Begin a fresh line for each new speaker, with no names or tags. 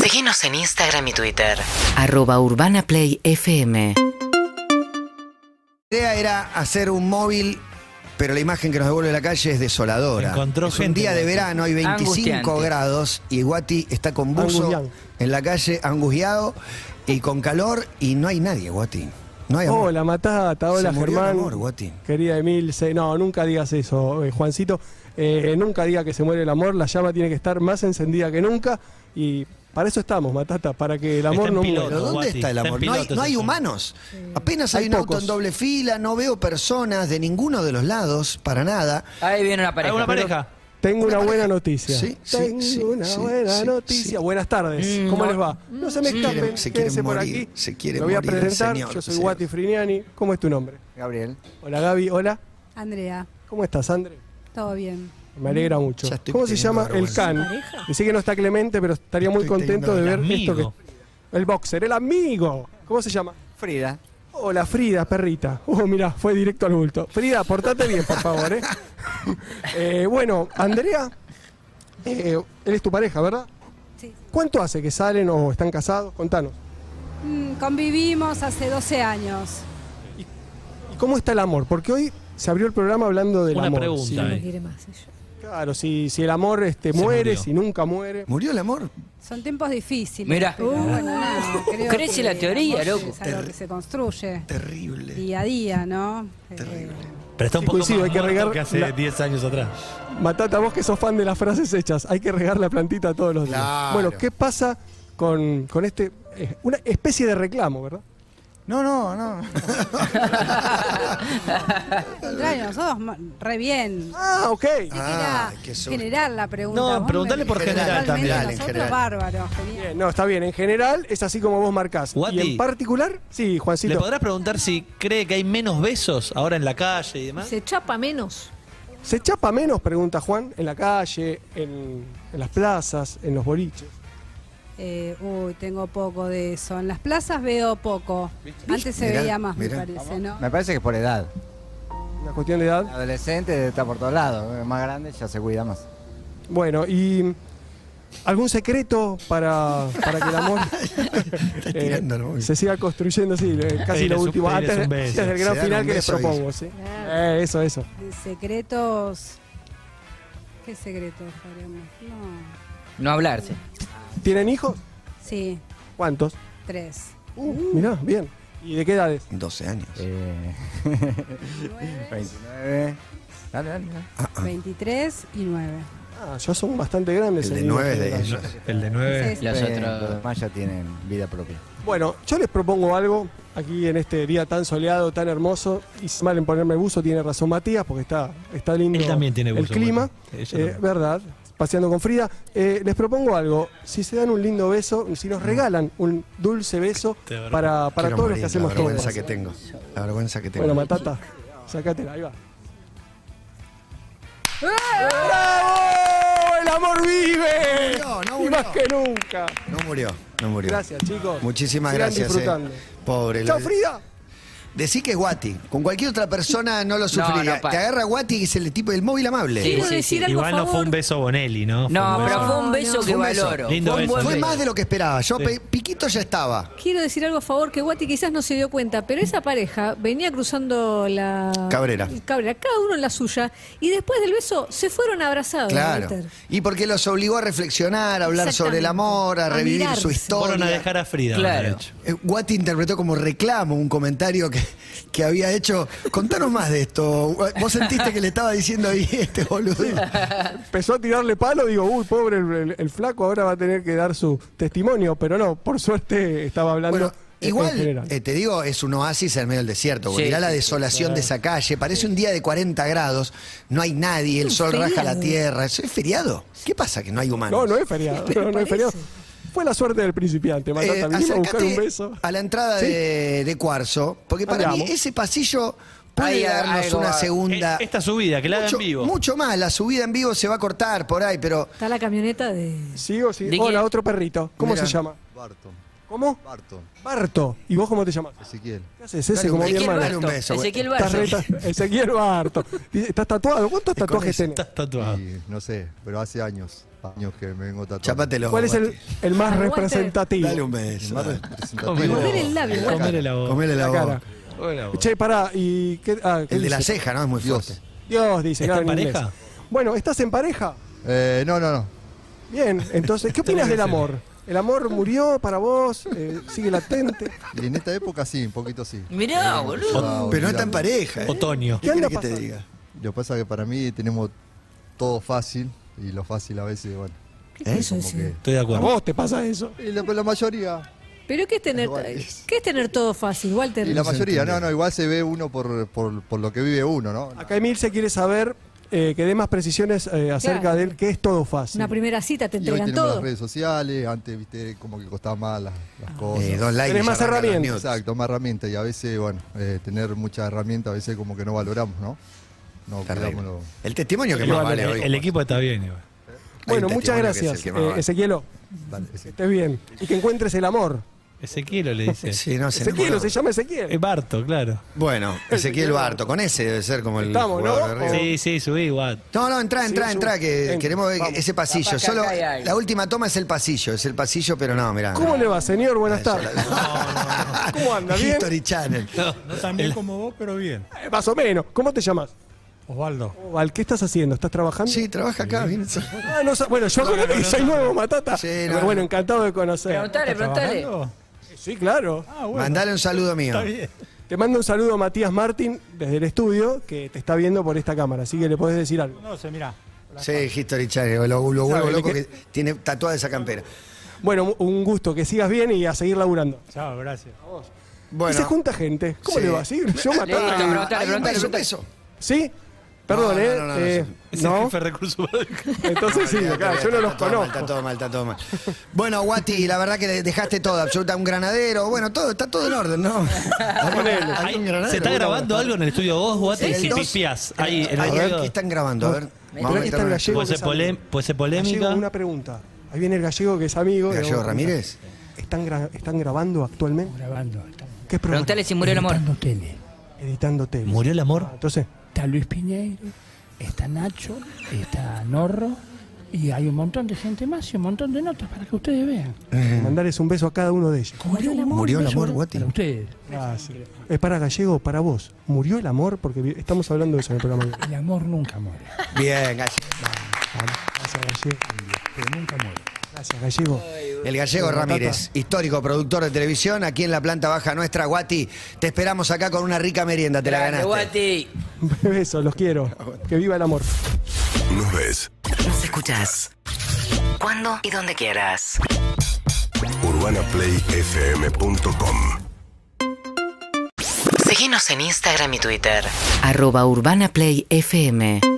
Seguinos en Instagram y Twitter.
Arroba Urbana Play FM.
La idea era hacer un móvil, pero la imagen que nos devuelve la calle es desoladora.
Encontró
es un
gente,
día de
Guati.
verano, hay 25
Angustiante.
grados y Guati está con buzo
Angustiado.
en la calle, angustiado y con calor y no hay nadie, Guati. No hay amor.
Hola, matata, hola
Se murió el
Germán.
amor, Guati.
Querida Emilce, no, nunca digas eso, eh, Juancito. Eh, nunca diga que se muere el amor, la llama tiene que estar más encendida que nunca y para eso estamos, Matata, para que el amor
en
no
Pero
piloto.
muera.
¿dónde
Guati,
está el
está en
amor? No hay,
pilotos
no hay
eso.
humanos. Apenas hay,
Hay
un auto
pocos.
en doble fila, no veo personas de ninguno de los lados, para nada.
Ahí viene una pareja.
¿Alguna pareja?
Tengo
Una
una, buena
pareja.
noticia.
Sí, sí,
Tengo
sí,
una
sí,
buena
sí,
noticia.
sí.
Buenas tardes.
Mm,
¿Cómo
no.
les va? No se me
Se
escapen,
quieren- se quieren
quédense por
morir,
aquí.
se quieren
Me voy a
morir el
presentar.
señor,
Yo soy
señor.
Guati Friniani. ¿Cómo es tu nombre?
Gabriel.
Hola Gaby, hola.
Andrea,
¿Cómo estás, André?
todo bien.
Me alegra mucho.
Ya estoy
¿Cómo se
teniendo
llama el
vergüenza.
can? Dice que no está Clemente, pero estaría muy
Estoy
contento de ver
teniendo el
esto
amigo.
que. El boxer, el amigo. ¿Cómo se llama?
Frida.
Hola Frida, perrita. Oh, mira, fue directo al bulto. Frida, portate bien, por favor, ¿eh? Eh, bueno, Andrea, eh, él es tu pareja, ¿verdad?
Sí.
¿Cuánto hace que salen o están casados? Contanos.
Mm, convivimos hace 12 años.
¿Y cómo está el amor? Porque hoy se abrió el programa hablando del
Una
amor.
pregunta,
Sí.
eh.
Claro, si, si el amor este,
Se
muere,
murió.
si nunca muere.
¿Murió el amor?
Son tiempos difíciles.
Mirá.
pero bueno, nada, creo
Crece
que
la teoría,
el amor
loco.
Es algo que se construye
Terrible.
día a día, ¿no? Eh,
Pero está un
Sí,
poco
coincido,
más
hay que
muerto
regar
que hace
la-
10 años atrás.
Matata, vos que sos fan de las frases hechas, hay que regar la plantita todos los días.
Claro.
Bueno, ¿qué pasa con, con este? eh, Una especie de reclamo, ¿verdad?
No, no, no.
al contrario, nosotros ma- re bien.
Ah, ok.
Ah,
Ah,
qué susto.
general la pregunta.
No,
Vos
preguntale
me-
por
general
Totalmente,
también. En
Nosotros
general.
bárbaros. genial.
Bien, no, está bien. En general es así como vos marcás.
Guati.
Y en particular, sí,
¿Le
Juancito,
podrás preguntar si cree que hay menos besos ahora en la calle y demás?
Se chapa menos.
¿se chapa menos, pregunta Juan, en la calle, en, en las plazas, en los boliches?
Eh, uy, tengo poco de eso. En las plazas veo poco. Antes se
Mirá,
veía más,
mirá.
me parece, ¿no?
Me parece que es por edad.
Una cuestión de edad.
Adolescente está por todos lados. El Más grande ya se cuida más.
Bueno, y... ¿Algún secreto para, para que el amor
Está
eh,
tirando el móvil.
se siga construyendo? Sí, eh, casi
Pedirles
lo
un-
último.
pedirles
Antes, de-
un beso.
antes del gran
Se dan un
final que les
beso y-
propongo, ¿sí? Eh, eso, eso.
De secretos. ¿Qué secretos haremos? No.
No hablarse.
¿Tienen hijos?
Sí,
¿Cuántos?
tres.
Uh, mirá, bien. ¿Y de qué edades?
12 años.
Eh, 29. Dale, dale, dale.
23 y 9.
Ah, ya son bastante grandes.
El
en
de
mi
9 de
generación.
ellos.
El de 9.
Las
Eh,
otras-
Los demás ya tienen vida propia.
Bueno, yo les propongo algo aquí en este día tan soleado, tan hermoso. Y si mal en ponerme buzo, tiene razón Matías, porque está, está lindo
Él también tiene
el
buzo,
clima.
Mati. Ella
Eh,
también.
¿Verdad? Paseando con Frida. Eh, les propongo algo. Si se dan un lindo beso, si nos regalan un dulce beso
Te vergüenza.
para, para
Quiero
todos los
morir,
que hacemos
La
todos.
vergüenza que tengo. La vergüenza que tengo.
Bueno, Matata, sacátela, ahí va. ¡Bravo! ¡El amor vive!
No murió, no
y más
murió.
que nunca.
No murió, no murió.
Gracias, chicos.
Muchísimas
Sigan
gracias. eh.
disfrutando.
Pobre.
¡Chao,
lo-
Frida!
Decí que es Guati. Con cualquier otra persona no lo sufriría.
no, pa-
Te agarra Guati y es el tipo del móvil amable.
Quiero
sí, sí.
decir algo,
Igual no
favor.
fue un beso Bonelli, ¿no?
No,
un beso-
pero fue un beso
No,
que
un beso.
valoro.
Lindo
Fue un
beso.
buen
Fue
Sí.
beso.
más de lo que esperaba. Yo
Sí.
pe- Piquito ya estaba.
Quiero decir algo a favor que Guati quizás no se dio cuenta, pero esa pareja venía cruzando la.
Cabrera.
Cabrera, cada uno en la suya. Y después del beso se fueron abrazados.
Claro.
Walter.
Y porque los obligó a reflexionar, a hablar sobre el
Exactamente.
amor, a
A
revivir su
mirarse.
Fueron a
historia.
dejar a Frida.
Claro.
de hecho.
Eh, Guati interpretó como reclamo un comentario que, que había hecho. Contanos más de esto. Vos sentiste que le estaba diciendo ahí este boludo.
Empezó a tirarle palo, digo, uy, pobre el, el- el flaco, ahora va a tener que dar su testimonio, pero no, por suerte estaba hablando.
Bueno,
en
igual,
general.
eh, te digo, es un oasis en medio del desierto. porque
Sí,
Mirá la
sí,
desolación de esa calle. Parece un día de 40 grados. No hay nadie. El sol raja la
feriado.
tierra. ¿Eso es feriado? ¿Qué pasa que no hay humanos?
no, no es feriado, no, no es feriado. Fue la suerte del principiante, Matata,
Eh,
vinimos a buscar un
acercate
beso.
A la entrada
Sí.
de, de Cuarzo. Porque para
Andamos.
mí ese pasillo puede
Ahí,
darnos
algo
una
va.
segunda...
Eh, Esta subida, que la hagan
mucho,
vivo.
mucho más. La subida en vivo se va a cortar por ahí, pero...
Está la camioneta de.
Sí o sí.
¿De
Hola,
quién?
otro perrito. ¿Cómo
Mira.
se llama?
Barton,
¿Cómo?
Barton,
Barto. ¿Y vos cómo te llamas?
Ezequiel.
¿Qué haces ese
Dale,
como mi
Ezequiel
hermano?
Dale un beso, güey.
Ezequiel
Estás
Barto.
re- Ezequiel Barto. Dice, ¿Estás tatuado? ¿Cuántos
con
tatuajes
ese
tenés?
Estás tatuado.
Y no sé, pero hace años.
años que me vengo tatuando.
Chápatelo.
¿Cuál es el,
Guati.
el más
Aguante.
representativo?
Dale un beso.
Más
dale.
representativo.
Comele.
Morder el labio, Guati.
Comele la voz.
Comele la
La
boca.
cara. Che, pará, y qué- ah, ¿qué
El de la
dice?
ceja, ¿no? Es muy
Dios.
fuerte.
Dios dice,
¿Está
claro,
en
en inglés.
pareja?
Bueno, ¿estás en pareja?
Eh, no, no, no.
Bien, entonces, ¿qué opinas del amor? ¿El amor murió para vos? Eh, ¿Sigue latente?
Y en esta época sí, un poquito sí. Eh,
Mirá, boludo.
Pero no está en pareja. ¿eh?
Otoño.
¿Qué
¿Qué anda
querés que te
pasando?
diga?
Lo que pasa es que para mí tenemos todo fácil y lo fácil a veces, bueno.
¿Qué
¿Eh?
quiso
como
decir?
Estoy de
¿A
acuerdo.
vos te pasa eso?
que- Y la, la mayoría.
Pero ¿qué es tener,
Walter.
¿qué es tener todo fácil, Walter?
Y la mayoría, no, no, igual se ve uno por, por, por lo que vive uno, ¿no?
Acá Emil se quiere saber eh, que dé más precisiones eh, acerca
Claro.
del que es todo fácil.
Una primera cita te
Y hoy
entregan
tenemos
todo. Ah.
las redes sociales, antes, viste, como que costaba más las, las cosas.
Eh, dos likes.
Tenés
y
más
ya arrancan los
herramientas.
nudes.
Exacto, más herramientas. Y a veces, bueno, eh, tener muchas herramientas, a veces como que no valoramos, ¿no? No
Terrible.
cuidámoslo.
El testimonio que
Igual,
más vale
el,
hoy.
el equipo está bien. igual.
Hay un
bueno,
testimonio
muchas
que Este es
gracias,
el que más
eh,
vale.
Ezequielo.
Dale, ese.
Estés bien. Y que encuentres el amor.
Ezequielo le dice.
Sí, no, se
Ezequielo,
enamoró.
se llama
Es
Ezequiel.
Barto, claro.
Bueno, Ezequiel Barto, con ese debe ser como el
Estamos, ¿no?
jugador de River.
Sí, sí, subí igual.
No, no, entra, entra,
Sí,
entra,
sí.
que
Ven,
queremos ver ese pasillo. Solo la última toma es el pasillo, es el pasillo, pero no, mirá.
¿Cómo
mirá.
le va, señor? Buenas tardes. ¿Cómo anda? ¿Bien?
History Channel.
También como vos, pero bien.
Eh, Más o menos. ¿Cómo te llamas?
Osvaldo.
Val, ¿qué estás haciendo? ¿Estás trabajando?
Sí, trabaja acá. bien.
Ah, no, sa- bueno, yo acordate que soy nuevo, Matata.
Sí,
Pero
no,
bueno,
no.
encantado de conocer.
Preguntale, preguntale.
Sí, claro.
Ah, bueno.
Mandale un saludo mío.
Está bien.
Te mando un saludo a Matías Martín desde el estudio que te está viendo por esta cámara, así que le podés decir algo.
No sé, mirá.
Sí, History Channel, lo, lo vuelvo
Sabe,
loco que
que-
tiene tatuada esa campera.
Bueno, mu- un gusto, que sigas bien y a seguir laburando.
Chao, gracias.
Y se
Bueno,
junta gente. ¿Cómo
Sí.
le va? ¿Sí? Yo
Ah,
mataba.
ahí un beso, un beso.
¿Sí? Perdón,
No, no,
¿eh?
no, no,
Eh,
Es
no.
el jefe de recursos humanos.
Entonces sí, claro, yo no los
Está todo mal, Está
conozco.
todo mal, está todo mal. Bueno, Guati, la verdad que dejaste todo, absoluta, un granadero, bueno, todo, está todo en orden, ¿no? Hay un granadero,
¿Se está
bueno,
grabando algo en el estudio vos, Guate?
Sí, el
si
dos-
pipiás. Ahí, en
Ahí,
el
aquí están grabando, a ver. Vamos a
Mirá que está
meterlo
el
en-
gallego.
Puede
que
ser,
es amigo.
polem- puede ser
Gallego,
polémica.
una pregunta. Ahí viene el gallego que es amigo.
¿Gallego
Digamos,
Ramírez?
¿Están, gra- ¿Están grabando actualmente?
Grabando.
¿Qué programa?
Preguntale si murió el amor.
No tele.
Editando tele.
¿Murió el amor?
Ah, entonces,
Está Luis Piñeiro, está Nacho, está Norro. Y hay un montón de gente más y un montón de notas para que ustedes vean.
mandarles un beso a cada uno de ellos.
Murió el amor.
Murió el amor, Guati.
Para ustedes.
Es para Gallego, para vos. ¿Murió el amor? Porque vi- estamos hablando de eso en el programa.
El amor nunca muere.
Bien, Gallego.
Gracias, Gallego.
Pero nunca muere.
Gracias, Gallego.
El gallego Ramírez, histórico productor de televisión, aquí en la planta baja nuestra, Guati. Te esperamos acá con una rica merienda, te la
Grande,
ganaste.
Guati.
Besos, los quiero. Que viva el amor.
Nos ves.
Nos escuchás. Cuando y donde quieras.
UrbanaPlayFM.com
Seguinos en Instagram y Twitter.
Arroba Urbana Play FM